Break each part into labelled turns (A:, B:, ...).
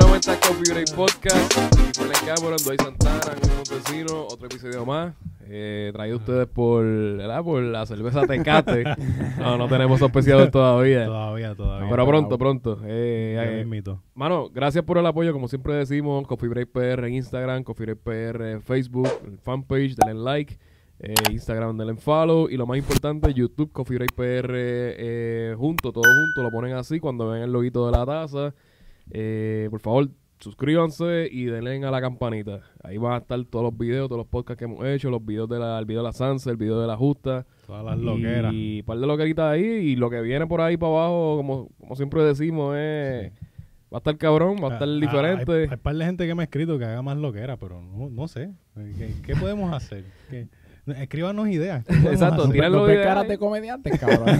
A: Copyright Podcast. Y por la cámara, Doy Santana, con los vecinos, otro episodio más. Eh, traído a ustedes por, ¿verdad? por la cerveza Tecate. no, no tenemos auspiciadores todavía.
B: Todavía, todavía.
A: Pero pronto, pronto. Eh,
B: Ya
A: eh,
B: mismito.
A: mano, gracias por el apoyo. Como siempre decimos, Coffee Break PR en Instagram, Coffee Break PR en Facebook, en fanpage, denle like. eh, Instagram, denle follow. Y lo más importante, YouTube, Coffee Break PR eh, junto, todo junto. Lo ponen así cuando ven el loguito de la taza. Eh, por favor, suscríbanse y denle a la campanita. Ahí van a estar todos los videos, todos los podcasts que hemos hecho, los videos de la, el video de la Sansa, el video de la Justa.
B: Todas las loqueras.
A: Y par de loqueritas ahí. Y lo que viene por ahí para abajo, como, como siempre decimos, es. Va a estar cabrón, va a estar
B: Ah, ah,
A: diferente.
B: Hay, hay par de gente que me ha escrito que haga más loquera, pero no, no sé. Eh, ¿Qué, qué podemos hacer? ¿Qué- Escríbanos ideas. ¿Qué podemos
A: Exacto,
B: hacer?
A: tíralo
C: Los
A: de
C: ves caras
A: ahí.
C: de comediantes, cabrón.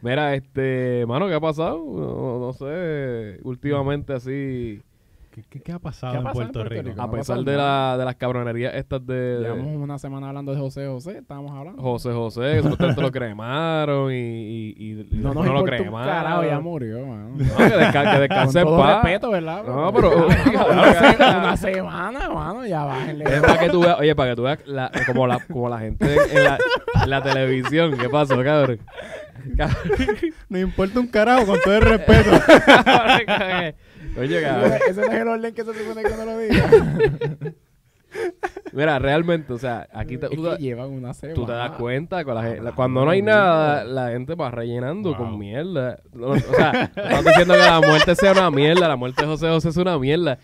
A: Mira, este. Mano, ¿qué ha pasado? No, no sé. Últimamente así.
B: ¿Qué, qué- qué ha pasado
C: ¿Qué ha
B: en
C: pasado en
B: Puerto
C: Puerto
B: Rico?
C: Rico?
A: A
C: No ha
A: pesar
C: pasado
A: de, la, de las cabronerías estas de. de
C: Llevamos una semana hablando de José José, estábamos hablando.
A: José José, que supuestamente lo cremaron y, y, y- y
C: no nos importa un carajo, ya murió, mano.
A: No, que, desca- que descanse en
C: Con todo
A: paz.
C: respeto, ¿verdad?
A: No, pero.
C: Una se- una semana, mano, ya bájenle.
A: Es para que tú veas, oye, para que tú veas la- como, la, como la gente en la, en la televisión. ¿Qué pasó, cabrón? Cabrón,
B: No importa un carajo, con todo el respeto.
A: cabrón. Oye, cabrón.
C: Ese no es el orden que se supone que uno lo diga.
A: Mira, realmente, o sea, aquí te-
C: Es
A: tú,
C: que
A: te-
C: llevan una semana.
A: tú te das cuenta. Con la gen- la-
C: Ah,
A: cuando no hay
C: no,
A: nada, la gente va rellenando
B: Wow.
A: con mierda. No, o sea, no estoy diciendo que la muerte sea una mierda, la muerte de José José es una mierda.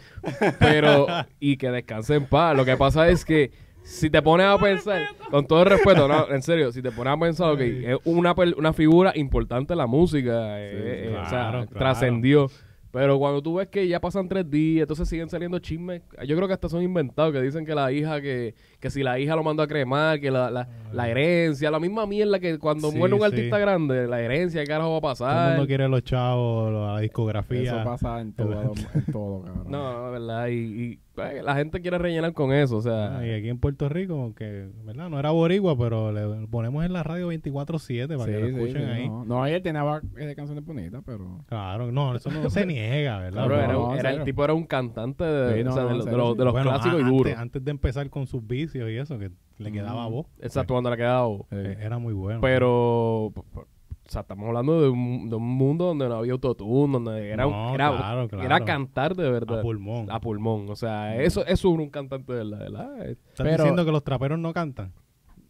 A: Pero, y que descanse en paz. Lo que pasa es que si te pones a pensar, con todo el respeto, no, en serio, si te pones a pensar, ok, es una, per- una figura importante en la música, eh,
B: Sí,
A: eh, o sea,
B: claro, claro.
A: trascendió. Pero cuando tú ves que ya pasan tres días, entonces siguen saliendo chismes. Yo creo que hasta son inventados, que dicen que la hija, que, que si la hija lo mandó a cremar, que la, la, la herencia, la misma mierda que cuando
B: Sí,
A: muere un
B: sí.
A: artista grande, la herencia, ¿qué carajo va a
B: Todo el
A: pasar?
B: mundo quiere los chavos, lo- la discografía.
C: Eso pasa en todo, en todo, cabrón.
A: No, no, de verdad, y, y, pues, la gente quiere rellenar con eso, o sea...
B: Ah, Y aquí en Puerto Rico, que ¿verdad? no era boricua, pero le ponemos en la radio 24-7 para
C: Sí,
B: que lo
C: sí,
B: escuchen
C: sí,
B: ahí.
C: No, No, él tenía va- eh, canciones bonitas, pero...
B: Claro, no, eso no se niega, ¿verdad?
A: Cabrón,
C: no,
A: era,
B: Pero-
C: no, en
A: era el
C: serio.
A: tipo era un cantante de,
C: Sí, no,
A: o sea, de
C: no, en
A: los- de
C: serio,
A: los,
C: sí.
A: de los
B: Bueno,
A: clásicos y
B: antes-
A: duros.
B: Antes de empezar con sus vicios y eso, que le quedaba voz.
A: Exacto, cuando le ha quedado.
B: Eh, Era muy bueno.
A: Pero, p- p- o sea, estamos hablando de un, de un mundo donde no había autotune, donde era, un-
B: No,
A: era,
B: claro, claro.
A: era cantar de verdad.
B: a pulmón.
A: A pulmón. O sea, eso, eso era un cantante de verdad, ¿verdad? Eh,
B: Estás
C: pero-
B: diciendo que los traperos no cantan.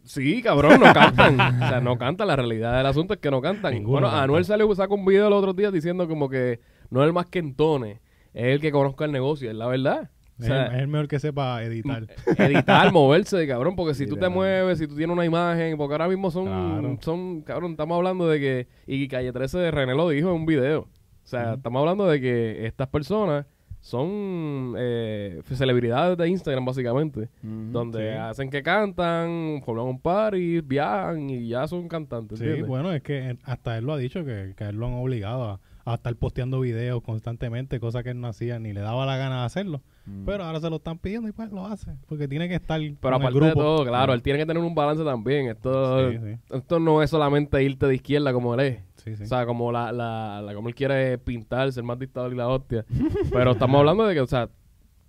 A: Sí, cabrón, no cantan. o sea, no cantan. La realidad del asunto es que no cantan.
B: Ninguno
A: bueno,
B: canta.
A: Anuel salió sacó un video el otro día diciendo como que no es el más que entone, es el que conozca el negocio, es la verdad. O
B: Es
A: sea, eh,
B: el- es el mejor que sepa editar.
A: editar, moverse, cabrón, porque si tú te
B: Literal.
A: mueves, si tú tienes una imagen, porque ahora mismo son,
B: Claro.
A: son cabrón, estamos hablando de que, y Calle 13 de René lo dijo en un video, o sea, estamos hablando de que estas personas son eh, celebridades de Instagram básicamente,
C: Ujú,
A: donde
B: sí.
A: hacen que cantan, forman un party, viajan y ya son cantantes,
B: Sí,
A: ¿entiendes?
B: bueno, es que él- hasta él lo ha dicho, que, que a él lo han obligado a, a estar posteando videos constantemente, cosas que él no hacía ni le daba la gana de hacerlo.
C: Mm.
B: Pero ahora se lo están pidiendo y pues lo hace, porque tiene que estar
A: Pero
B: con el
A: aparte de
B: grupo. Mm.
A: todo, claro, él tiene que tener un balance también, esto,
B: Sí, sí.
A: esto no es solamente irte de izquierda como él es.
B: Sí, sí.
A: O sea, como la, la, la- como él quiere pintarse, el más dictador y la hostia. Pero estamos hablando de que, o sea,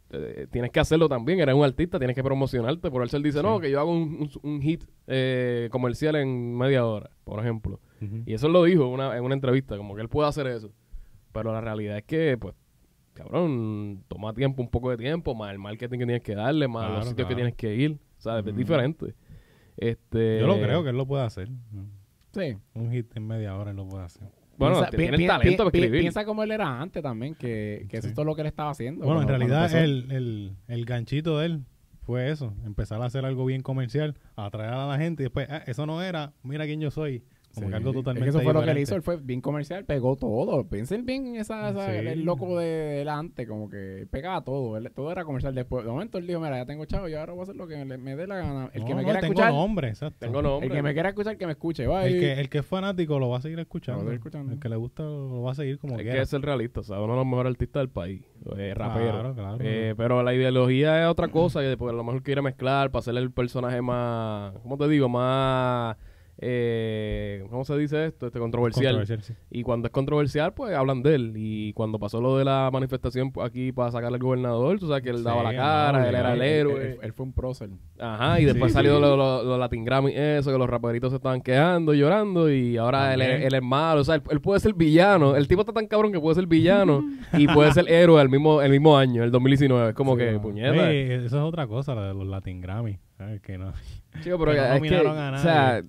A: eh, tienes que hacerlo también. Eres un artista, tienes que promocionarte. Por eso él dice, no, que yo hago un, un- un hit eh, comercial en media hora, por ejemplo.
B: Ujú.
A: Y eso él lo dijo una- en una entrevista, como que él puede hacer eso. Pero la realidad es que, pues, cabrón, toma tiempo, un poco de tiempo, más el marketing que tienes que darle, más
B: Claro,
A: los sitios que
B: claro.
A: tienes que ir. O sea, es diferente. Este,
B: Yo lo creo que él lo puede hacer. Mm.
C: Sí.
B: Un hit en media hora él lo puede hacer.
A: Bueno,
C: Piensa-
A: tiene
C: pi- pi-
A: talento
C: pi-
A: para escribir.
C: Piensa como él era antes también, que, que eso
B: Sí.
C: es todo lo que él estaba haciendo.
B: Bueno, en
C: cuando- cuando
B: realidad
C: empezó.
B: el, el, el ganchito de él fue eso, empezar a hacer algo bien comercial, a atraer a la gente y después, ah, eso no era, mira quién yo soy, como
C: Sí,
B: que algo
C: sí.
B: totalmente
C: Es que eso fue lo que él hizo,
B: diferente.
C: él fue bien comercial, pegó todo. Piensen bien en esa, esa-
B: Sí.
C: el loco de delante, como que pegaba todo, él- todo era comercial. Después, de momento él dijo, mira, ya tengo chavo, yo ahora voy a hacer lo que le- me dé la gana. El que
B: No, no,
C: me quiera
B: tengo
C: escuchar,
B: nombre, exacto.
A: Tengo nombre.
C: el que me quiera escuchar, que me escuche.
B: El
C: Bye.
B: que, el que es fanático lo va a seguir escuchando.
C: Lo va a seguir escuchando.
B: El que le gusta lo va a seguir como
A: Hay
B: quiera.
A: que ser realista, o sea, uno de los mejores artistas del país, eh, rapero.
B: Claro, claro.
A: Eh, pero la ideología es pues, otra cosa, que porque a lo mejor quiere mezclar para hacerle el personaje más, ¿cómo te digo? Más eh, ¿cómo se dice esto? Este controversial.
B: Controversial, sí.
A: Y cuando es controversial, pues hablan de él. Y cuando pasó lo de la manifestación pues, aquí para sacar al gobernador, tú sabes que él daba
B: Sí,
A: la cara,
B: ah,
A: él era el
B: él-
A: héroe.
C: Él, él fue un prócer.
A: Ajá, y
B: Sí,
A: después
B: sí.
A: salió los lo, lo Latin Grammy, eso, que los raperitos se estaban quejando, y llorando, y ahora él, es-
B: También.
A: él es malo, o sea, él, él puede ser villano, el tipo está tan cabrón que puede ser villano y puede ser héroe el mismo, el mismo año, el 2019, es como
C: Sí,
A: que,
C: no.
A: puñeta.
B: Ey, eso es otra cosa, la de los Latin Grammy. Ay, que no.
A: Chico, pero
B: que no
A: es que,
B: nominaron a
A: o sea,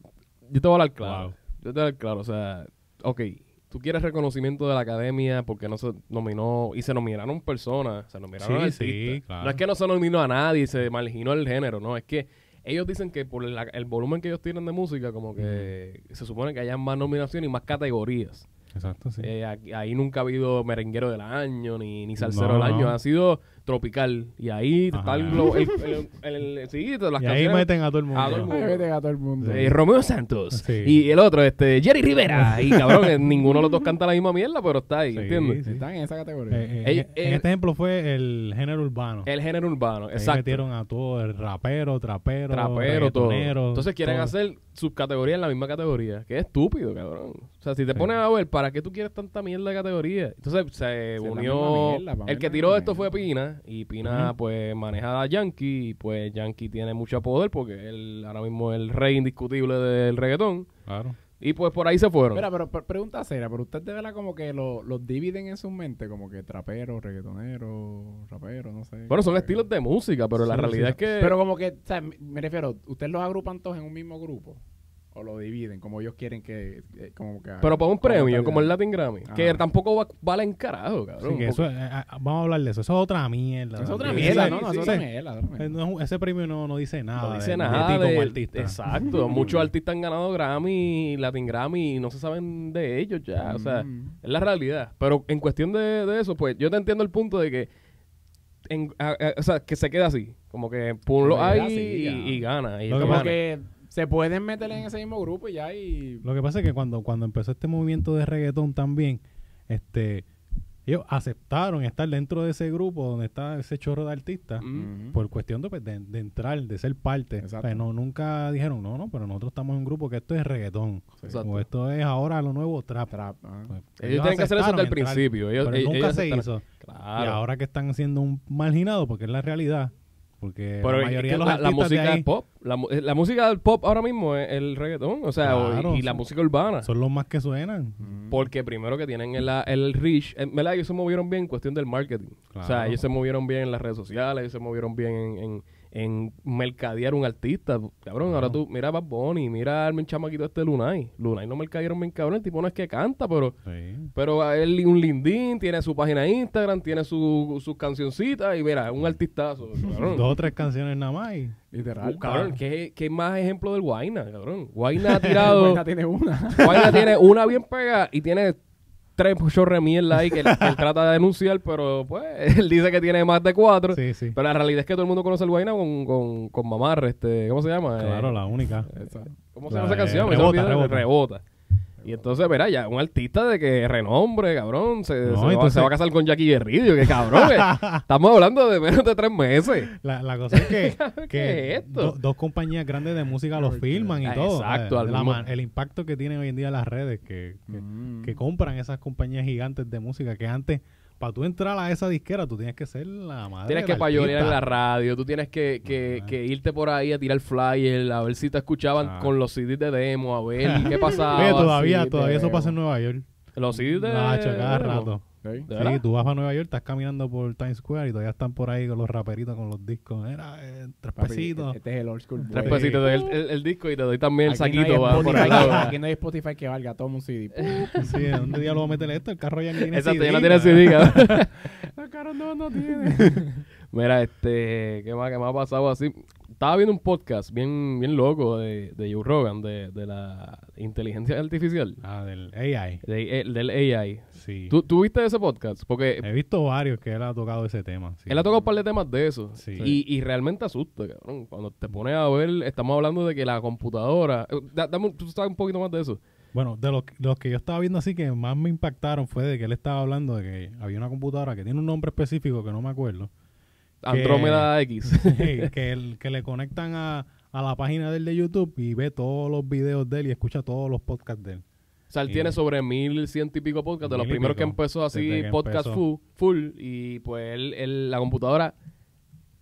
A: yo te voy a hablar claro,
B: Wow.
A: yo te voy a hablar claro, o sea, ok, tú quieres reconocimiento de la academia porque no se nominó, y se nominaron personas, se nominaron
B: Sí,
A: artistas.
B: sí, claro.
A: No es que no se nominó a nadie y se marginó el género, no, es que ellos dicen que por la- el volumen que ellos tienen de música, como que se supone que hayan más nominaciones y más categorías.
B: Exacto, sí.
A: Eh, aquí- ahí nunca ha habido merenguero del año, ni, ni salsero
B: No,
A: del año,
B: no.
A: ha sido tropical. Y ahí
B: Ajá.
A: está el, glo- el- el- el- el- sí, las
B: y ahí
A: canciones-
B: meten a todo el mundo.
A: a todo el mundo.
C: Ay, vete a todo el mundo.
A: eh, Romeo Santos
B: Ah, Sí.
A: y el otro, este, Jerry Rivera. Y cabrón, eh, ninguno de los dos canta la misma mierda, pero está ahí,
B: Sí,
A: ¿entiendes?
B: sí.
C: Están en esa categoría.
B: Eh, eh,
A: Ey,
B: en-
A: eh,
B: en este ejemplo fue el género urbano.
A: El género urbano,
B: Ahí
A: exacto.
B: metieron a todo, el rapero, trapero,
A: Trapero, todo.
B: reggaetonero,
A: Entonces quieren
B: todo.
A: hacer subcategorías en la misma categoría. Que es estúpido, cabrón. O sea, si te
B: Sí.
A: pones a ver, ¿para qué tú quieres tanta mierda de categoría? Entonces se
C: es la misma
A: unió.
C: mierda, pa'
A: el
C: mí
A: que
C: no es
A: tiró
C: la
A: esto fue
C: mierda.
A: Pina. Y Pina,
B: Ujú.
A: pues, maneja a Yankee. Y pues, Yankee tiene mucho poder porque él ahora mismo es el rey indiscutible del reggaetón.
B: Claro.
A: Y pues, por ahí se fueron.
C: Mira, pero, pero pregunta seria, pero usted de verdad como que lo- los dividen en su mente, como que trapero, reggaetonero, rapero, no sé.
A: bueno, son
C: como que-
A: estilos de música, pero la
B: Sí,
A: realidad
B: sí.
A: es que.
C: Pero como que, o sea, me- me refiero, ¿ustedes los agrupan todos en un mismo grupo? ¿O lo dividen como ellos quieren que... eh, como que
A: Pero para un
C: como
A: premio,
C: tal-
A: como el Latin Grammy, que
C: Ajá.
A: tampoco va, vale en carajo, cabrón.
B: Así Ah. que eso, es- eh, ah, vamos a hablar de eso. Eso es otra mierda.
C: Es otra
A: Sí,
C: mierda,
A: sí,
C: ¿no? no
A: sí.
C: es otra
B: Ese-
C: mierda. otra mierda.
B: eh, no, ese premio no, no dice nada.
A: no
B: de-
A: dice
B: de
A: nada
B: ti como
A: del-
B: artista.
A: Exacto. Muchos artistas han ganado Grammy, Latin Grammy, y no se saben de ellos ya. O sea,
C: Mm.
A: es la realidad. Pero en cuestión de, de eso, pues yo te entiendo el punto de que. en- a- a- o sea, que se queda así. Como que ponlo
C: Se queda
A: ahí
C: así,
A: y,
C: ya.
A: y gana. Y
B: Lo
A: es como
B: que
C: Como
B: pasa-
A: que-
C: que se pueden meter en ese mismo grupo y ya y...
B: Lo que pasa es que cuando, cuando empezó este movimiento de reggaetón también, este, ellos aceptaron estar dentro de ese grupo donde está ese chorro de artistas
A: Mm.
C: Ujú.
B: por cuestión de, pues, de- de entrar, de ser parte.
C: Exacto.
B: Pero no, nunca dijeron, no, no, pero nosotros estamos en un grupo que esto es reggaetón.
A: Exacto.
B: O esto es ahora lo nuevo trap.
C: Trap, ah.
B: Pues,
A: Ellos tienen que hacer eso
B: aceptaron
A: desde el
B: entrar,
A: principio. Ellos,
B: pero
A: ellos-
B: nunca
A: ellos
B: se
A: aceptaron-
B: hizo.
A: Claro.
B: Y ahora que están siendo un marginado, porque es la realidad. Porque
A: Pero
B: Eh, la
A: es
B: mayoría
A: que
B: de los
A: la, la
B: artistas de
A: música
B: ahí
A: es pop. La, mu- eh, la música del pop ahora mismo es el reggaetón. O sea, o- y-
B: Claro,
A: y, la
B: sí.
A: música urbana.
B: son los más que suenan.
C: Mm.
A: Porque primero que tienen el, el reach, en ¿verdad? Ellos se movieron bien en cuestión del marketing. O sea,
B: Claro.
A: ellos se movieron bien en las redes sociales, ellos se movieron bien en, en, en mercadear un artista. Cabrón, ahora tú, mira a Bad Bunny, mira al chamaquito este Lunay. Lunay no mercadearon bien cabrón, el tipo no es que canta, pero...
B: Sí.
A: Pero a él un lindín, tiene su página de Instagram, tiene su- sus cancioncitas y mira, un artistazo. Cabrón.
B: Dos o tres canciones nada más. y-
C: Literal.
A: Uh, cabrón, ¿qué, qué más ejemplo del Guaina, cabrón? Guaina ha tirado...
C: Tirado. tiene una.
A: Guayna tiene una bien pegada y tiene tres chorre mierda ahí que él, que él trata de denunciar, pero pues él dice que tiene más de cuatro.
B: Sí, sí.
A: Pero la realidad es que todo el mundo conoce al Guayna con, con, con Mamar, este, ¿cómo se llama? Eh,
B: Claro, la única.
C: Esa.
A: ¿Cómo se llama esa
B: la de
A: canción? Me
B: Rebota,
A: se me olvidó,
B: Rebota.
A: Rebota. Y entonces, verá, ya un artista de que renombre, cabrón, se,
B: No,
A: se va,
B: entonces-
A: se va a casar con Jackie Guerrillo, que cabrón, eh, estamos hablando de menos de tres meses.
B: La, la cosa es que,
A: ¿Qué
B: que
A: es esto?
B: do- dos compañías grandes de música los
C: Porque-
B: filman y
A: Ah,
B: todo.
A: exacto,
B: Eh, la
A: al-
B: man- el impacto que tienen hoy en día las redes, que, que,
C: Mm.
B: que compran esas compañías gigantes de música, que antes, para tú entrar a esa disquera, tú tienes que ser la madre.
A: Tienes que
B: del
A: payorear en
B: artista.
A: la radio, tú tienes que, que-
B: Ajá.
A: que irte por ahí a tirar flyer, a ver si te escuchaban
B: Ah.
A: con los CDs de demo, a ver qué pasaba.
B: Oye, todavía,
A: si
B: todavía
A: te-
B: eso pasa en Nueva York.
A: Los CDs de
B: Nacho, cada
A: demo.
B: rato.
C: Sí.
A: ¿De verdad?
B: Sí, tú vas a Nueva York, estás caminando por Times Square y todavía están por ahí con los raperitos, con los discos. Era eh, tres
C: Papi,
B: pesitos.
C: Este es el old school.
A: Tres
B: Sí.
C: boy.
A: pesitos del el, el disco y te doy también el
C: Aquí no hay
A: saquito va, por el
C: Spotify que-
A: lado.
C: Aquí no hay Spotify que valga, todo un CD.
B: Sí, ¿de ¿dónde diablo voy a meter esto? El carro ya ni tiene
A: Exacto, ya
B: CD,
A: no tiene
B: ¿verdad?
A: CD, cabrón.
C: La cara no, no tiene.
A: Mira, este, ¿qué más, qué más ha pasado así? Estaba viendo un podcast bien, bien loco de, de Joe Rogan, de, de la inteligencia artificial,
B: Ah, del AI.
A: de- eh, del AI.
B: Sí.
A: ¿Tú, tú viste ese podcast? Porque
B: He visto varios que él ha tocado ese tema. sí.
A: Él ha tocado un par de temas de eso.
B: Sí.
A: Y, y realmente asusta, cabrón. Cuando te pones a ver, estamos hablando de que la computadora. eh, da- dame un- tú sabes un poquito más de eso.
B: Bueno, de los, de los que yo estaba viendo así que más me impactaron fue de que él estaba hablando de que había una computadora que tiene un nombre específico que no me acuerdo,
A: Andrómeda X.
B: que, el- que le conectan a, a la página de él de YouTube y ve todos los videos de él y escucha todos los podcasts de él.
A: O sea, él
B: Sí.
A: tiene sobre mil ciento y pico podcasts. De los
B: Mil y
A: primeros que
B: pico,
A: empezó así,
B: desde que
A: podcast
B: empezó.
A: Full, full. Y pues él, él- la computadora,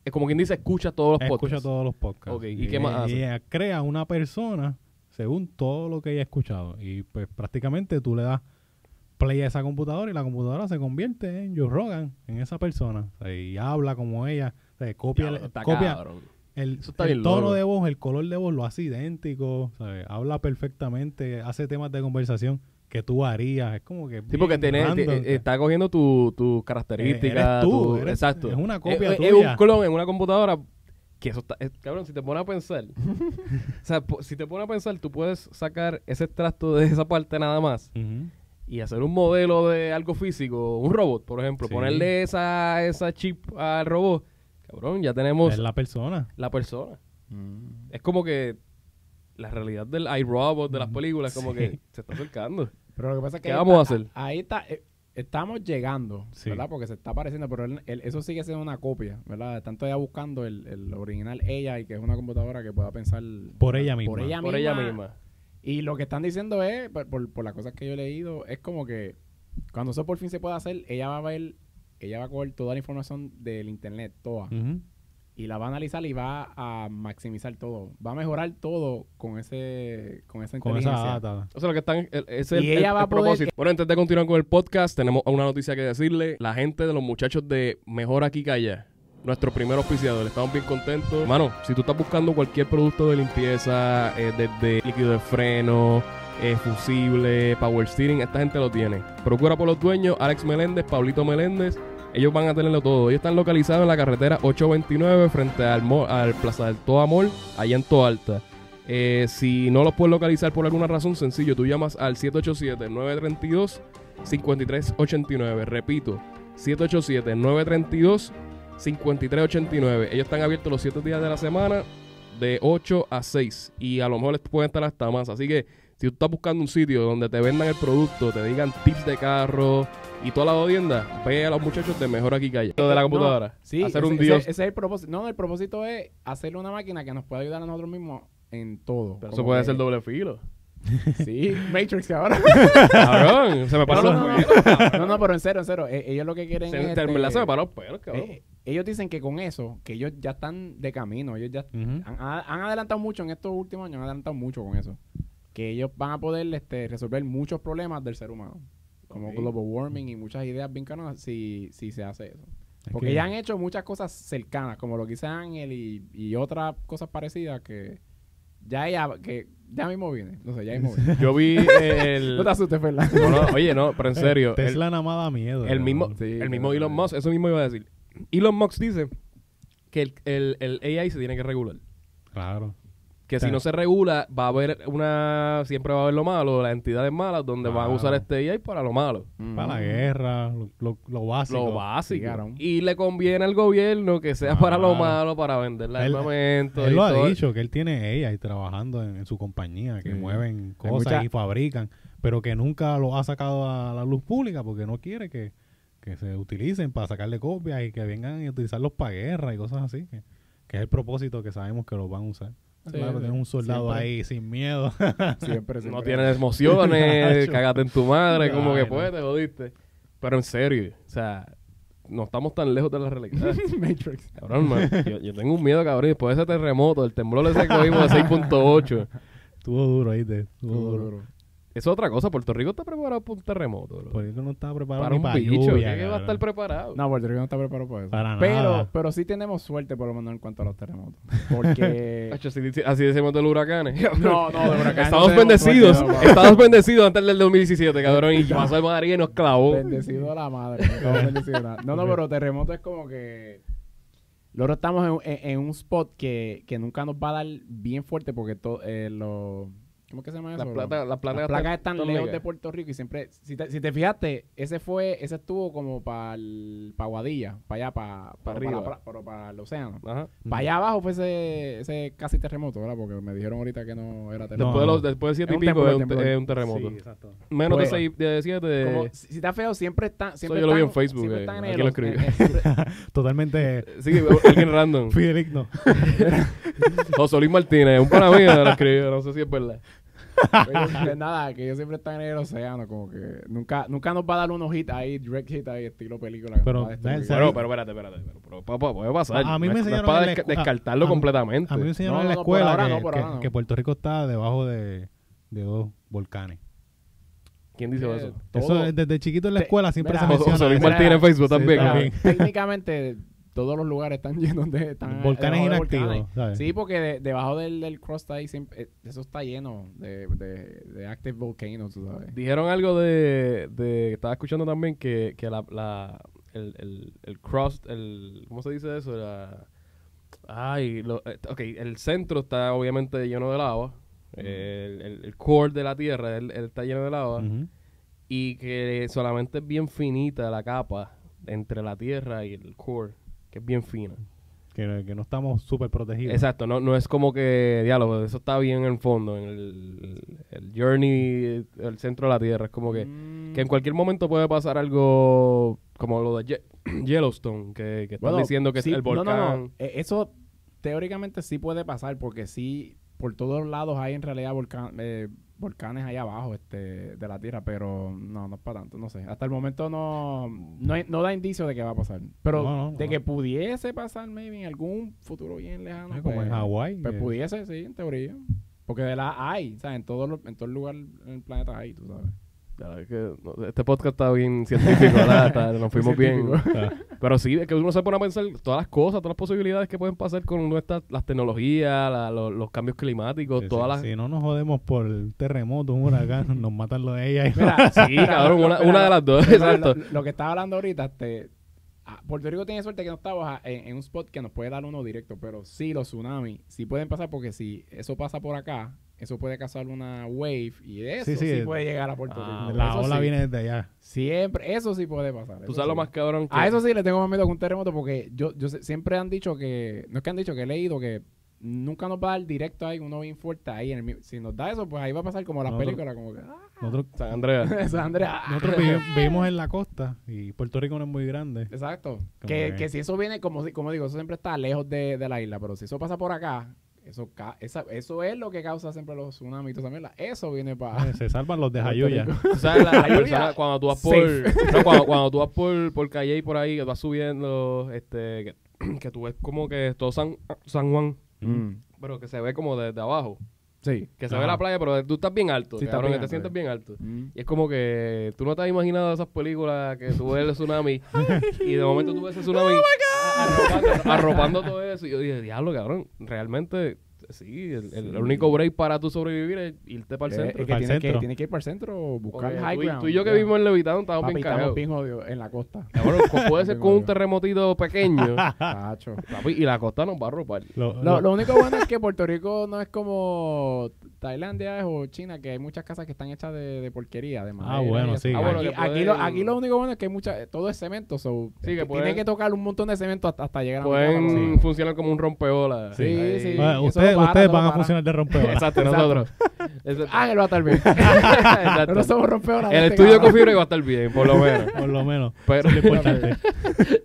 A: es como quien dice, escucha todos los
B: escucha
A: podcasts.
B: todos los podcasts. Eh,
A: Ok, ¿y qué más hace?
B: ella crea una persona según todo lo que ella ha escuchado. Y pues prácticamente tú le das play a esa computadora y la computadora se convierte en Joe Rogan, en esa persona. O sea, y habla como ella, o sea, copia,
A: Ya,
B: el-
A: está
B: copia
A: cabrón.
B: el,
A: Eso está
B: el
A: bien
B: tono
A: loco.
B: de voz, el color de voz lo hace idéntico, ¿sabes? habla perfectamente, hace temas de conversación que tú harías. Es como que.
A: Sí, porque
B: bien
A: tiene-
B: random,
A: te-
B: o sea.
A: está cogiendo tu- tus características.
B: Eres tú,
A: tu-
B: eres-
A: exacto. Eh,
B: es una copia
A: es, es
B: tuya.
A: un clon en una computadora. Que eso está, es- cabrón, si te pones a pensar, o sea, po- si te pones a pensar, tú puedes sacar ese extracto de esa parte nada más
B: Ujú.
A: y hacer un modelo de algo físico, un robot, por ejemplo,
B: Sí.
A: ponerle esa, esa chip al robot, cabrón, ya tenemos
B: Es la persona.
A: la persona.
C: Mm.
A: Es como que la realidad del iRobot de las películas, como
B: Sí.
A: que se está acercando.
C: Pero lo que pasa es que.
A: ¿Qué
C: ahí
A: vamos
C: está-
A: a hacer?
C: Ahí está. eh, Estamos llegando,
B: Sí.
C: ¿verdad? Porque se está pareciendo, pero él- él- eso sigue siendo una copia, ¿verdad? Están todavía buscando el, el original ella y que es una computadora que pueda pensar.
B: Por ella misma.
C: Por ella
A: Por ella misma.
C: Y lo que están diciendo es, por, por, por las cosas que yo he leído, es como que cuando eso por fin se pueda hacer, ella va a ver, ella va a coger toda la información del internet, toda,
B: Ujú.
C: y la va a analizar y va a maximizar todo, va a mejorar todo con ese, con esa
B: Con esa
C: inteligencia.
B: data.
A: O sea, lo que están. el- ese es
C: Y
A: el,
C: ella
A: el-
C: va a
A: el
C: poder-
A: propósito. Bueno, antes de continuar con el podcast, tenemos una noticia que decirle. La gente de los muchachos de Mejor Aquí que Allá, nuestro primer auspiciador, estamos bien contentos. Mano, si tú estás buscando cualquier producto de limpieza, eh, desde líquido de freno, eh, fusible, power steering, esta gente lo tiene. Procura por los dueños, Alex Meléndez, Pablito Meléndez. Ellos van a tenerlo todo. Ellos están localizados en la carretera 829 frente al, mall- al Plaza del Toa Mall, allá en Toalta. Eh, si no los puedes localizar por alguna razón, sencillo, tú llamas al 787-932-5389. Repito, 787-932-5389. Ellos están abiertos los 7 días de la semana, de 8 a 6. Y a lo mejor les pueden estar hasta más. Así que si tú estás buscando un sitio donde te vendan el producto, te digan tips de carro y toda la jodienda, ve a los muchachos de mejor aquí calle. Lo de la
C: No,
A: computadora.
C: sí,
A: hacer
C: ese,
A: un
C: ese-
A: dios.
C: Ese, es el propósito. No, el propósito es hacerle una máquina que nos pueda ayudar a nosotros mismos en todo.
A: Pero eso
C: Como
A: puede
C: que-
A: ser doble filo.
C: Sí, Matrix ahora.
A: Cabrón, se me
C: No,
A: paró.
C: no, no, no. No, no, pero en serio, en serio. Eh, ellos lo que quieren
A: Se,
C: es...
A: te- en
C: este,
A: verdad se me paró el pelo, cabrón.
C: Eh, ellos dicen que con eso, que ellos ya están de camino, ellos ya
B: Ujú.
C: han, han- han adelantado mucho en estos últimos años, han adelantado mucho con eso. Que ellos van a poder este, resolver muchos problemas del ser humano, como
A: Ok.
C: global warming y muchas ideas bien caras si, si se hace eso.
B: Es
C: Porque
B: que-
C: ya han hecho muchas cosas cercanas, como lo que hizo Ángel y, y otras cosas parecidas que ya ella, que ya mismo viene. No sé, ya mismo viene.
A: Yo vi el...
C: No te asustes, Fernan.
A: No, no, oye, no,
B: Eh,
A: pero en serio.
B: Tesla
A: El,
B: nada más da miedo.
A: el mismo,
C: Sí,
A: el mismo
C: claro.
A: Elon Musk, eso mismo iba a decir. Elon Musk dice que el, el, el AI se tiene que regular.
B: Claro.
A: Que si
B: Claro.
A: no se regula, va a haber una... Siempre va a haber lo malo, las entidades malas donde van a
B: Claro.
A: usar este AI para lo malo.
B: Para la guerra, lo, lo, lo básico.
A: Mm. Lo básico.
C: claro.
A: Y le conviene al gobierno que sea para lo
B: Claro.
A: malo, para vender
B: Él-
A: armamento.
B: Él
A: y
B: lo ha
A: todo.
B: dicho, que él tiene ella y trabajando en, en su compañía, que
C: Sí.
B: mueven
C: Hay
B: cosas
C: mucha-
B: y fabrican, pero que nunca lo ha sacado a la luz pública porque no quiere que, que se utilicen para sacarle copias y que vengan y utilizarlos para guerra y cosas así. Que, que es el propósito que sabemos que los van a usar.
C: Sí,
B: claro,
C: sí.
B: tener un soldado
C: Siempre.
B: ahí sin miedo.
C: Siempre, siempre.
A: No tienes emociones,
B: Nacho.
A: cagate en tu madre, como que
B: Ay, no.
A: puedes, te jodiste. Pero en serio, o sea, no estamos tan lejos de la realidad.
C: Matrix.
A: Cabrón, man, yo, yo tengo un miedo, cabrón, después de ese terremoto, el temblor ese que vimos de 6.8.
B: Estuvo duro, ¿viste? Estuvo
C: Duro,
B: duro.
C: duro.
A: Es otra cosa, Puerto Rico está preparado para un terremoto, bro.
C: Pues,
B: Porque no estaba preparado
A: Para
B: ni
A: un
B: para
A: bicho,
B: lluvia,
A: ¿qué que va a
B: cabrón.
A: estar preparado?
C: No, Puerto Rico no está preparado para eso.
B: Para
C: pero,
B: nada.
C: pero sí tenemos suerte, por lo menos, en cuanto a los terremotos. Porque.
A: Nacho, así, dice- así decimos de los huracanes.
C: eh. no, no, de huracanes no
A: Estamos
C: tenemos
A: bendecidos,
C: suerte, no,
A: estamos bendecidos antes del 2017, cabrón, y pasó el María y nos clavó.
C: Bendecido a la madre. no estamos bendecidos nada. No, no, pero terremoto es como que. Loro estamos en, en- en un spot que, que nunca nos va a dar bien fuerte porque to- eh, lo- ¿Cómo que se llama eso?
A: Las
C: bro?
A: plata- las placas
C: Las placas están
A: tan
C: lejos
A: legas.
C: de Puerto Rico y siempre, si te, si te fijaste, ese fue, ese estuvo como para pa Guadilla, para allá, para
A: Pa' arriba.
C: pero para el océano.
A: Ajá.
C: Para allá abajo fue ese, ese casi terremoto, ¿verdad? Porque me dijeron ahorita que no era terremoto.
A: Después, de los, después de siete
C: Es
A: y
C: un
A: pico
C: temblor,
A: es un,
C: temblor.
A: es un terremoto.
B: Sí, exacto.
A: Menos
C: Pues-
A: de, seis, de siete.
C: Como, si, si está feo, siempre están. Siempre
A: yo lo vi en
C: están-
A: Facebook,
C: Siempre
A: eh,
C: están en
A: aquí
C: el
A: lo
C: oc-
A: escribí.
C: en- en- siempre-
B: Totalmente
A: Sí, alguien random.
B: fideligno.
A: José Luis Martínez, un pana mío lo escribió, no sé si es verdad.
C: Pero, pues, nada, que ellos siempre están en el océano, como que nunca, nunca nos va a dar unos hits ahí, direct hit ahí, estilo película. que
B: Pero,
C: nos va a destruir.
B: ven, se-
A: Pero, pero espérate, espérate. Pero, pero, pa- pa- puede pasar.
B: A
A: No es-
B: mí me
A: no es
B: enseñaron
A: para
B: en la
A: desca-
B: escu- a-
A: descartarlo
B: a-
A: completamente.
B: A mí me enseñaron
C: No,
B: en la
C: no, no, por
B: escuela
C: ahora
B: que,
C: no, por
B: que-
C: ahora no.
B: que Puerto Rico está debajo de, de dos volcanes.
A: ¿Quién dice
C: Eh,
A: eso?
C: todo-
B: Eso es desde chiquito en la
C: Te-
B: escuela siempre
C: mira,
B: se
C: José-
B: menciona.
A: José Luis
B: eso.
A: Martínez en Facebook también,
C: mira,
A: cabrón.
C: Técnicamente, todos los lugares están llenos de. Están
B: Volcanes
C: debajo de
B: inactivos,
C: volcanes.
B: ¿sabes?
C: Sí, porque de- debajo del, del crust ahí, siempre, eh, eso está lleno de, de, de active volcanoes, tú sabes.
A: Dijeron algo de, de estaba escuchando también que, que la, la el, el, el crust, el ¿cómo se dice eso? La, ay, lo, eh, ok, el centro está obviamente lleno de lava. El, el- el core de la tierra él, él está lleno de lava
B: Ujú.
A: y que solamente es bien finita la capa entre la tierra y el core, que es bien fina.
B: Que, que no estamos súper protegidos.
A: Exacto, no, no es como que diálogo, eso está bien en el fondo, en el, el journey, el centro de la tierra, es como que
C: Mm.
A: que en cualquier momento puede pasar algo como lo de Ye- Yellowstone, que, que están
C: Bueno,
A: diciendo que es
C: sí,
A: el volcán.
C: No, no, no. Eh, Eso teóricamente sí puede pasar porque sí, por todos lados hay en realidad volcán- eh, volcanes allá abajo este, de la Tierra, pero no, no es para tanto, no sé. Hasta el momento no, no, hay- no da indicio de que va a pasar. Pero
B: No, no,
C: de
B: no.
C: que pudiese pasar, maybe, en algún futuro bien lejano.
B: Ah, Como
C: pues,
B: en Hawái.
C: Pues
B: eh,
C: pudiese, sí, en teoría. Porque de la hay, o sea, en todo, lo- en todo lugar en el planeta hay, tú sabes.
A: Ya, es que, no, este podcast está bien científico, ¿verdad? Está- nos fuimos bien.
C: Científico.
B: ah,
A: Pero sí, es que uno se pone a pensar todas las cosas, todas las posibilidades que pueden pasar con nuestras, las tecnologías, la- lo- los, cambios climáticos,
B: sí,
A: todas
B: sí.
A: las...
B: Si no nos jodemos por el terremoto, un huracán, nos matan lo de ella. y-
C: Mira,
A: Sí, cabrón, una,
C: mira,
A: una de las dos,
C: Pero
A: exacto.
C: Lo, lo que estaba hablando ahorita, este, ah, Puerto Rico tiene suerte que no estamos a- en, en un spot que nos puede dar uno directo, pero sí, los tsunamis sí pueden pasar porque si eso pasa por acá, eso puede causar una wave y eso sí,
B: Sí, sí.
C: puede llegar a Puerto
A: Ah,
C: Rico.
B: la
C: Eso
B: ola
C: sí.
B: viene desde allá.
C: Siempre, eso sí puede pasar.
A: Tú
C: eso
A: sabes lo
C: sí.
A: más cabrón que...
C: A Ah, eso sí le tengo más miedo que un terremoto porque yo, yo sé- siempre han dicho que, no es que han dicho que he leído que nunca nos va a dar directo ahí uno bien fuerte ahí en el mi- si nos da eso pues ahí va a pasar como las
B: Nosotros-
C: películas como que ah,
B: Nosotros,
A: San Andrea.
C: San Andrés, ah.
B: nosotros vivi- vivimos en la costa y Puerto Rico no es muy grande.
C: Exacto.
B: Como
C: Que,
B: que-
C: que si eso viene, como, si- como digo, eso siempre está lejos de, de la isla, pero si eso pasa por acá, eso ca- esa- eso es lo que causa siempre los tsunamis. y toda esa mierda. Eso viene para...
B: Eh, Se salvan los de Jayuya.
A: Tú sabes, la, la
C: Lluvia.
A: persona, cuando tú vas por.
C: Safe.
A: no, cuando, cuando tú vas por, por calle y por ahí, que tú vas subiendo, este, que, que tú ves como que todo San, San Juan, pero que se ve como desde abajo.
C: Mm, Sí.
A: Que se
B: Ajá.
A: ve la playa, pero tú estás bien alto.
C: Sí, estás
A: cabrón, que
C: bien
A: te
C: alto, eh.
A: sientes
C: sí.
A: bien alto. Y es como que tú no te has imaginado esas películas que tú ves el tsunami y de momento tú ves el
C: Oh
A: tsunami arropando, arropando todo eso. Y yo dije, diablo, cabrón, realmente sí, el, el- el único break para tú sobrevivir es irte para el
C: Eh,
A: centro.
C: es que
B: Pa'l
C: tiene que,
B: centro.
C: tiene que ir para el centro, buscar
A: Porque
C: high
A: tú, y-
C: ground.
A: tú y yo que
C: Ya.
A: vivimos en Levitán estábamos
C: Papi,
A: bien
C: estamos
A: cagados.
C: bien jodidos en la costa.
A: Cabrón, co- puede ser con un
C: Digo yo.
A: terremotito pequeño.
C: Tacho.
A: papi, y la costa nos va a arropar.
B: Lo-
C: Lo,
B: lo-
C: lo único bueno es que Puerto Rico no es como Tailandia o China, que hay muchas casas que están hechas de, de porquería, de madera. y
B: bueno,
C: eso.
B: sí. Ah,
A: bueno,
C: aquí,
A: que
C: aquí lo,
A: pueden-
C: aquí lo único bueno es que hay mucha, todo es cemento, so,
A: Sí, que
C: t-
A: pueden-
C: tiene que tocar un montón de cemento hasta, hasta llegar a mi
A: Pueden
C: casa,
A: funcionar como un rompeola.
C: Sí,
A: Ahí.
C: sí.
B: Ah,
C: eso
B: ustedes ustedes
C: lo para, eso
B: van
C: lo
B: a
C: para.
B: funcionar de rompeolas.
A: Exacto, nosotros. Eso-
C: Ah, que lo va a estar bien.
A: Exacto.
C: no somos rompeolas.
A: El
C: este
A: estudio
C: cabrón.
A: con fibra iba a estar bien, por lo menos.
B: Por lo menos.
A: Pero,
B: Eso es lo importante.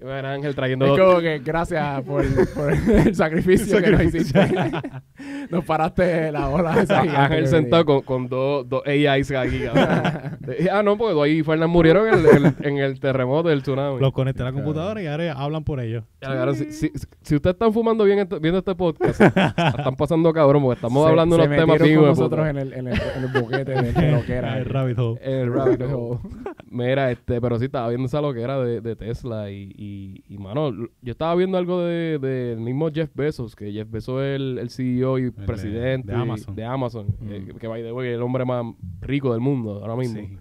A: Bueno, Ángel trayendo
C: Es
A: dos-
C: como que gracias por, por el sacrificio que nos hiciste. nos paraste la ola esa gigante que
A: Ángel
C: venía.
A: sentado con, con dos, dos AIs aquí, cabrón. Eh, ah, no, porque dos ahí Fernández murieron en el, en el- en el terremoto del tsunami.
B: Los conecté a la computadora y ahora hablan por ellos.
A: Ya, cabrón, si, si, si ustedes están fumando bien este- viendo este podcast, están pasando cabrón, porque estamos
C: Se-
A: hablando
C: se
A: unos temas pues.
C: metieron
A: bien,
C: con
A: hijo de puta.
C: nosotros en el, en el, en el boquete de, de lo que era.
B: El rabbit hole.
A: El rabbit
C: rabbit
A: hole.
C: hole.
A: Mira, este, pero sí estaba viendo esa loquera de, de Tesla y, y, y, mano, l- yo estaba viendo algo de- del mismo Jeff Bezos, que Jeff Bezos es el, el CEO y
B: de-
A: presidente
B: de Amazon.
A: de Amazon,
C: Mm.
A: eh, que by the way, el hombre más rico del mundo ahora mismo.
B: Sí.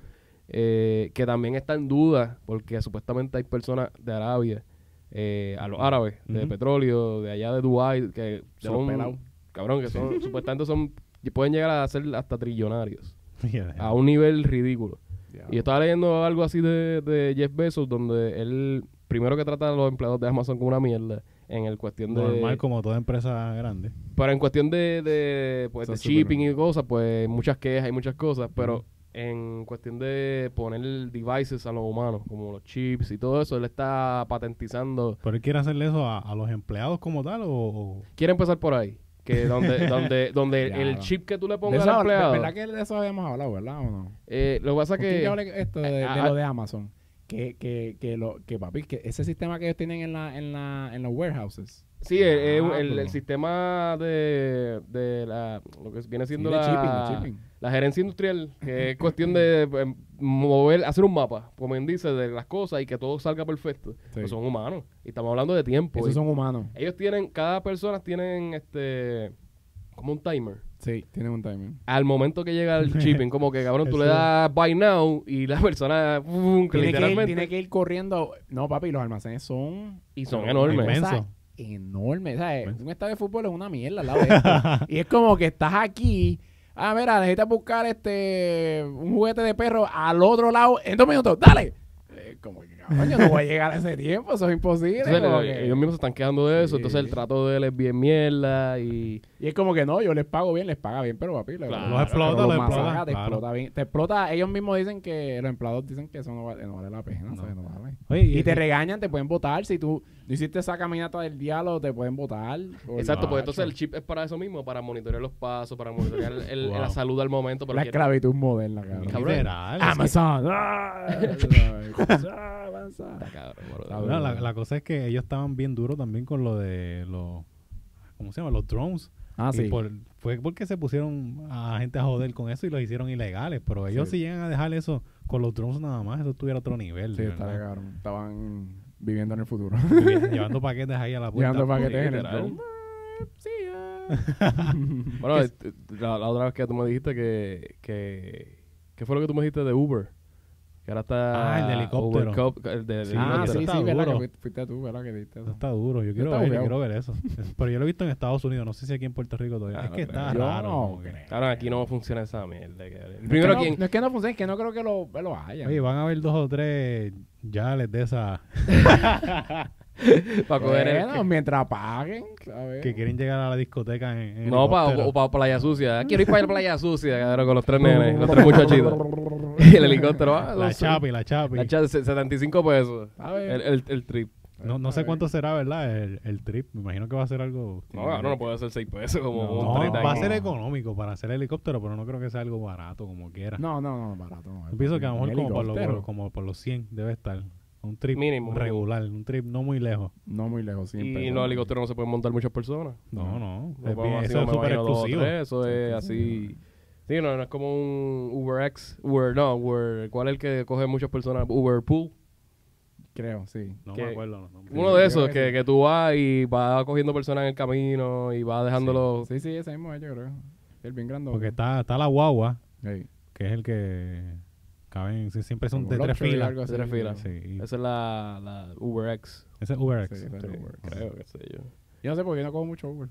A: Eh, que también está en duda porque supuestamente hay personas de Arabia, eh, a los árabes, de
B: Ujú.
A: petróleo, de allá de Dubai que
C: los
A: son
C: pelados.
A: cabrón, que son supuestamente son y pueden llegar a ser hasta trillonarios,
B: Mira,
C: Ah,
A: a un nivel ridículo. Y
C: Diablo.
A: yo estaba leyendo algo así de, de Jeff Bezos, donde él primero que trata a los empleados de Amazon como una mierda, en el cuestión de...
B: normal como toda empresa grande.
A: Pero en cuestión de, de, pues,
C: Eso
A: de
C: es súper
A: shipping y cosas, pues muchas quejas y muchas cosas, pero en cuestión de poner devices a los humanos, como los chips y todo eso, él está patentizando.
B: ¿Pero él quiere hacerle eso a, a los empleados como tal o...? o-
A: Quiere empezar por ahí, que donde donde donde el
C: Claro.
A: chip que tú le
C: De
A: pongas
C: eso
A: al
C: habla-
A: empleado,
C: ¿Verdad que de eso habíamos hablado, verdad o no?
A: eh, lo que pasa
C: ¿Con quién
A: que
C: yo hablé esto de, de
A: Ah, ah.
C: lo de Amazon? Que, que, que, lo, que papi, que ese sistema que ellos tienen en, la, en, la, en los warehouses.
A: sí, el, el- el- el
C: Diablo.
A: sistema de, de la, lo que viene siendo
C: Sí, de
A: la,
C: shipping, de shipping.
A: la gerencia industrial, que es cuestión de eh, mover, hacer un mapa, como bien dice, de las cosas y que todo salga perfecto.
C: Sí.
A: Pues son humanos. Y estamos hablando de tiempo.
C: Esos
A: Y
C: son humanos.
A: Ellos tienen, cada persona tienen este como un timer.
C: Sí, tienen un timing.
A: Al momento que llega el shipping, como que cabrón, tú le
B: Eso.
A: das buy now y la persona ¡fum!
C: Tiene que, ir,
A: literalmente
C: tiene que ir corriendo. No, papi, los almacenes son
A: y son
C: Pero
A: enormes.
B: inmenso.
C: cosa Enorme. O sea, eh, un estadio de fútbol es una mierda al lado de esto. y es como que estás aquí. Ah, mira, necesitas buscar este un juguete de perro al otro lado en dos minutos. ¡Dale! Eh, como que cabrón, yo no voy a llegar a ese tiempo, eso es imposible.
A: Entonces,
C: como
A: eh,
C: que-
A: ellos mismos se están quejando de eso,
C: Sí.
A: entonces el trato de él es bien mierda y
C: Y es como que no, yo les pago bien, les paga bien, pero papi, le-
A: Claro,
C: pero
A: los
B: explota,
C: los
B: los
C: masacra,
B: explota,
C: te
B: claro.
C: explota bien. Te explota, ellos mismos dicen que los empleados dicen que eso no vale, no vale la pena, o sea, no vale.
B: Oye,
C: Y te regañan, te pueden votar. Si tú no hiciste esa caminata del diálogo, te pueden votar. por
A: Exacto, porque
C: borracho.
A: entonces el chip es para eso mismo, para monitorear los pasos, para monitorear el- el-
B: Wow.
A: la salud al momento. Pero
C: La
A: quiere-
C: esclavitud moderna, cabrón.
A: Cabrón.
B: Literal, es que-
C: Amazon. Ah, tú sabes, ah, Amazon.
A: Está cabrón, boludo.
C: Está
B: No, la, la cosa es que ellos estaban bien duros también con lo de los... ¿Cómo se llama? Los drones.
C: Ah,
B: Y
C: sí.
B: por- fue porque se pusieron a gente a joder con eso y los hicieron ilegales. Pero ellos
C: Sí.
B: si llegan a dejar eso con los drones nada más, eso tuviera otro nivel.
C: Sí,
B: de
C: está
B: verdad.
C: cabrón. Estaban viviendo en el futuro.
B: Llevando- Llevando paquetes ahí a la puerta.
C: Llegando paquetes en el
A: literal.
C: dron. Sí, ah.
A: Bueno, este, la, la otra vez que tú me dijiste que, que... ¿Qué fue lo que tú me dijiste de Uber? Que ahora está...
B: Ah, el de helicóptero.
A: Ubercop- el de-
B: Sí,
C: Ah,
A: helicóptero.
C: sí,
B: está
C: sí, verdad
B: duro.
C: que fuiste- fuiste tú, ¿verdad? Que diste
B: Eso
C: eso.
B: está duro, yo quiero,
C: está
B: ver, yo
C: bugueado.
B: quiero ver eso. Es- Pero yo lo he visto en Estados Unidos, no sé si aquí en Puerto Rico todavía.
A: Ah,
B: es
A: no
B: que
A: creo.
B: está
C: Yo
B: raro.
C: no
B: como que-
C: creo.
A: Cabrón, aquí no funciona esa mierda. cabrón.
C: No es
A: Primero,
C: que no-
A: ¿quién?
C: No es que no funcione, es que no creo que lo, lo haya.
B: Oye, van a haber dos o tres yales de esas
A: Para coger el-
C: Bueno, mientras paguen, ¿sabes?
B: que quieren llegar a la discoteca en, en
A: No, para
B: helicóptero.
A: playa sucia. Quiero ir para playa sucia, cabrón, con los tres nenes, los tres muchachitos. Y el helicóptero. Ah,
B: La
A: dos-
B: chapi, Eh. la chapi.
A: La chapi, 75 pesos.
C: A ver.
A: El, el, el trip.
B: no no
C: A
B: sé
C: ver.
B: cuánto será, ¿verdad? El, el trip. Me imagino que va a ser algo...
A: No, cabrón, no puede ser 6 pesos como
B: No,
A: un 30
B: va a
A: y-
B: ser económico para hacer helicóptero, pero no creo que sea algo barato como quiera.
C: No, no, no, barato. No,
B: Yo pienso que a lo
C: Un
B: mejor como por, los-
C: helicóptero.
B: como por los 100 debe estar. Un trip
A: Mínimo, mínimo.
B: regular, un trip no muy lejos.
C: No muy lejos, siempre.
A: Y en los helicópteros no se pueden montar muchas personas.
B: No, no.
A: No
B: es
A: podemos
B: bien-
A: así
B: eso
A: como
B: es
A: me
B: súper
A: imagino dos o
B: exclusivo.
A: tres, Eso es así. Sí, no, no es como un UberX. Uber, no, Uber. ¿Cuál es el que coge muchas personas? Uber Pool.
C: Creo, sí.
B: No
A: que-
B: me acuerdo. los nombres.
A: Uno de
C: creo
A: esos
C: que
A: que,
C: sí.
A: que tú vas y vas cogiendo personas en el camino y vas dejándolos.
C: Sí, sí, ese mismo es, yo creo. El bien grande.
B: Porque está, está la guagua,
C: Hey.
B: que es el que caben, sí, siempre son de tres filas.
A: así, tres filas.
B: Sí, y
A: Esa es la, la UberX.
B: ese es UberX.
C: Sí, ese es
A: Sí,
C: el Uber.
A: creo que sé yo.
C: Yo no sé por qué no cojo mucho Uber.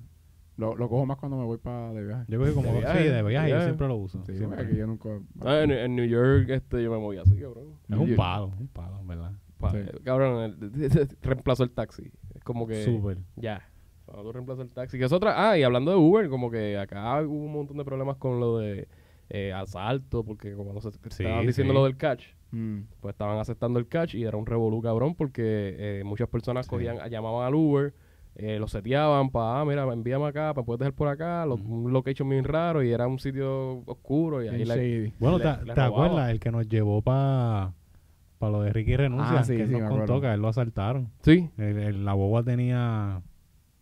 C: Lo, lo cojo más cuando me voy para de viaje.
B: Yo creo que como
A: De viaje,
B: sí, de viaje,
A: de
B: yo
A: viaje.
B: siempre lo uso.
C: Sí,
B: siempre.
C: porque aquí yo nunca.
A: Ah, en, en New York este, yo me moví así, cabrón.
B: Es
C: Yo-
B: un palo, un palo, en verdad.
A: Pa-
C: Sí.
A: eh, Cabrón, el- reemplazó el taxi. Es como que.
B: Súper.
A: Ya. Cuando tú reemplazas el taxi. Que es otra. Ah, y hablando de Uber, como que acá hubo un montón de problemas con lo de eh, asalto, porque como no se
B: Sí,
A: estaban diciendo
B: sí.
A: lo del catch,
C: Mm.
A: pues estaban aceptando el catch y era un revolú cabrón, porque eh, muchas personas cogían, llamaban al Uber. eh, lo seteaban para, ah, mira, envíame acá, para puedes dejar por acá, lo- un location bien raro y era un sitio oscuro y ahí
C: Bien
A: la,
C: shady.
B: Bueno,
A: Le-
B: ¿te,
A: le
B: te
A: robaba.
B: acuerdas? El que nos llevó para lo de Ricky Renuncia,
C: Ah, sí,
B: que
C: sí, me
B: nos contó
C: acuerdo.
B: que a él lo asaltaron.
A: Sí.
B: El- el- la boba tenía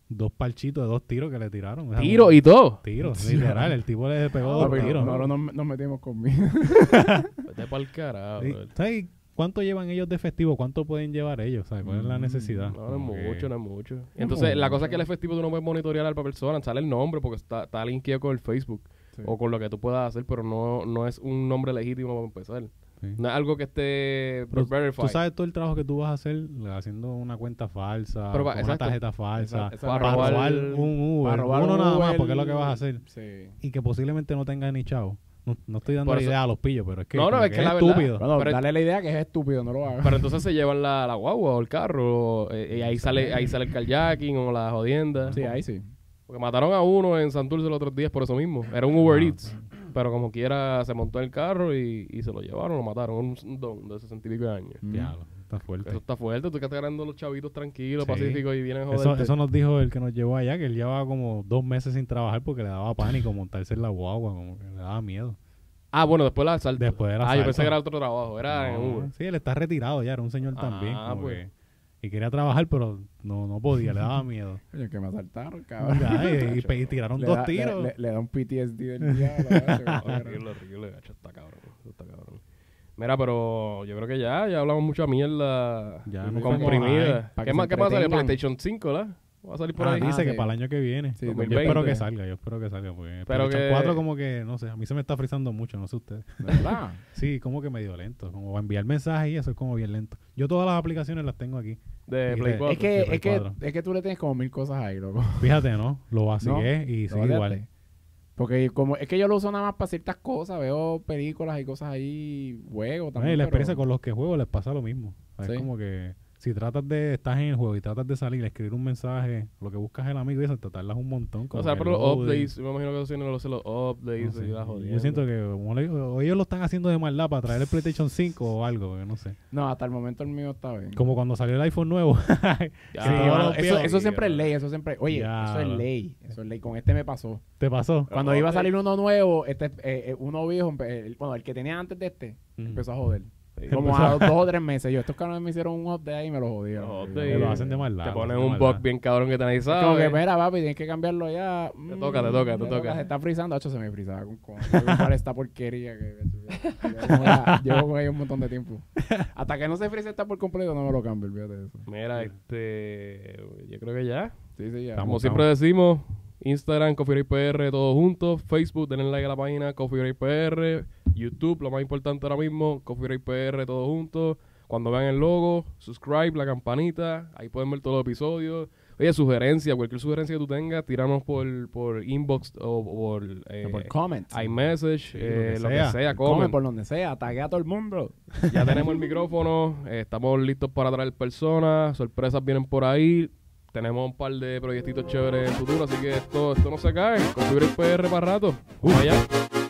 B: dos parchitos de dos tiros que le tiraron. O sea,
A: Tiro
B: un-
A: y todo.
B: Tiros, literal. El tipo le pegó
C: Ah,
B: dos
C: pero
B: tiros.
C: Nosotros nos, nos metimos conmigo.
A: Vete pa'l carajo.
B: Sí,
A: brother.
B: ¿Sabes cuánto llevan ellos de festivo? ¿Cuánto pueden llevar ellos? ¿Sabes? ¿Cuál es la
C: Mm,
B: necesidad?
A: No, no es
B: Como que-
A: mucho, no es mucho. Y Entonces, la cosa es que el efectivo tú no puedes monitorear a la persona, sale el nombre porque está, está linkeado con el Facebook
C: Sí.
A: o con lo que tú puedas hacer, pero no, no es un nombre legítimo para empezar.
B: sí.
A: No es algo que esté
B: Pero
A: verified.
B: Tú sabes todo el trabajo que tú vas a hacer haciendo una cuenta falsa,
A: Pero va-
B: con una
A: exacto.
B: tarjeta falsa,
C: Exacto.
B: para,
A: Para
B: robar
A: robar-
B: un Uber,
C: Para robar
B: uno
C: un
B: nada más,
C: Uber,
B: porque es lo que vas a hacer.
C: Sí.
B: Y que posiblemente no tengas ni chavo. No, no estoy dando
A: Por
B: la
A: eso-
B: idea a los pillos, pero es que,
A: No, no,
B: como
A: es que la verdad-
B: estúpido.
C: Bueno,
A: Pero-
C: dale la idea que es estúpido, no lo hagas.
A: Pero entonces se llevan la, la guagua o el carro eh, y ahí sale ahí sale el kayaking o la jodienda.
C: Sí, ahí sí.
A: Porque mataron a uno en Santurce los otros días por eso mismo. Era un Uber
B: Ah,
A: Eats. Pero como quiera se montó en el carro y, y se lo llevaron, lo mataron. Un- Un don de 60 y pico de años.
C: Mm.
B: Diablo, está fuerte.
A: Eso está fuerte, tú que estás ganando los chavitos tranquilos,
B: Sí.
A: pacíficos y vienen a
B: Eso,
A: joderte.
B: eso nos dijo el que nos llevó allá, que él llevaba como dos meses sin trabajar porque le daba pánico montarse en la guagua, como que le daba miedo.
A: Ah, bueno, después la asalto.
B: Después del
A: Ah, yo
B: asalto.
A: pensé que era otro trabajo, era Ah, en
B: No,
A: Uber.
B: sí, él está retirado ya, era un señor
A: Ah,
B: también. como
A: pues.
B: que- y quería trabajar, pero no, no podía, le daba miedo.
C: Coño, que me asaltaron, cabrón.
B: Ya, y, y pe- y tiraron
C: Le
B: dos
C: da- le-
B: tiros.
C: Le, le da un PTSD del diablo.
A: Horrible, horrible, gacho, está cabrón. eso está cabrón. Mira, pero yo creo que ya, ya hablamos mucha mierda
B: Ya, no
A: comprimida.
C: hay, para
A: ¿Qué
C: que
A: más,
C: se
A: ¿Qué más sale?
C: entretengan.
A: PlayStation 5, ¿la? Va a salir por
B: Ah,
A: ahí.
B: dice
C: Ah,
B: que
C: sí.
B: para el año que viene.
C: Sí,
B: yo
A: 2020.
B: espero que salga, yo espero que salga. Porque
A: Pero
B: pero
A: que-
B: 4 como que, no sé, a mí se me está frizando mucho, no sé ustedes.
C: ¿De verdad?
B: Sí, como que medio lento. Como enviar mensajes y eso es como bien lento. Yo todas las aplicaciones las tengo aquí.
A: de
B: Sí,
A: Play
B: de-
A: 4.
C: es, que,
B: Play
C: es, que,
B: cuatro.
C: es que tú le tienes como mil cosas ahí, loco.
B: Fíjate, ¿no? Lo vacíe y
C: Lo
B: sigue
C: bateaste.
B: igual.
C: Porque como, es que yo lo uso nada más para ciertas cosas. Veo películas y cosas ahí, juegos
B: No,
C: también.
B: y la
C: pero-
B: experiencia con los que juego les pasa lo mismo. O sea,
C: Sí.
B: Es como que si tratas de, estás en el juego y tratas de salir, escribir un mensaje, lo que buscas es el amigo y eso, te tardas un montón.
A: O
B: como
A: sea,
B: que
A: por los
B: loading.
A: updates, yo me imagino que eso tiene los, los
B: No
A: updates
B: sé.
A: y la
B: Yo siento que como le- o ellos lo están haciendo de maldad para traer el PlayStation 5 o algo, porque no sé.
C: No, hasta el momento el mío está bien.
B: Como cuando salió el iPhone nuevo.
A: Ya,
B: Sí, yo
C: Sí, mano,
B: lo
C: eso,
B: veo.
C: eso siempre es ley, eso siempre. Oye,
B: Ya,
C: eso es
B: bro.
C: ley. Eso es ley. Con este me pasó.
B: ¿Te pasó?
C: Cuando
A: Pero,
C: iba a
A: ok.
C: salir uno nuevo, este, eh, eh, uno viejo, empe- el- bueno, el que tenía antes de este,
B: Mm.
C: empezó a joder. Como a los dos o tres meses. Yo, estos canales me hicieron un update ahí y me lo jodieron.
A: Los
C: Y-
A: updates.
B: Te lo hacen de maldad.
A: Te
B: lo
A: ponen
B: hacen de
A: un
B: maldad.
A: bug bien cabrón que tenéis
C: Es como que,
A: ahí.
C: mira, papi, tienes que cambiarlo ya. Mm,
A: toca, te toca, te toca.
C: Se está frizando. Ocho, se me frizaba con con con esta porquería que... Llevo con ella- Llevo con ella un montón de tiempo. Hasta que no se frice esta por completo, no me lo cambio, olvídate de eso.
A: Mira, este. Yo creo que ya.
C: Sí, sí, ya.
A: Como
B: Estamos-
A: siempre decimos, Instagram, Coffee Break PR, todos juntos. Facebook, denle like a la página Coffee Break PR. YouTube, lo más importante ahora mismo, Coffee Break PR, todos juntos. Cuando vean el logo, subscribe, la campanita. Ahí pueden ver todos los episodios. Oye, sugerencia, cualquier sugerencia que tú tengas, tiramos por, por inbox o por, eh,
C: Por comment.
A: iMessage,
B: lo
A: eh,
B: que
A: lo, que
B: sea.
A: sea,
C: Come
A: comment.
C: por donde sea. Taguea a todo el mundo.
A: Ya tenemos el micrófono, eh, estamos listos para traer personas, sorpresas vienen por ahí, tenemos un par de proyectitos chéveres en el futuro, así que esto, esto no se cae. Configure el PR para rato. Vamos allá.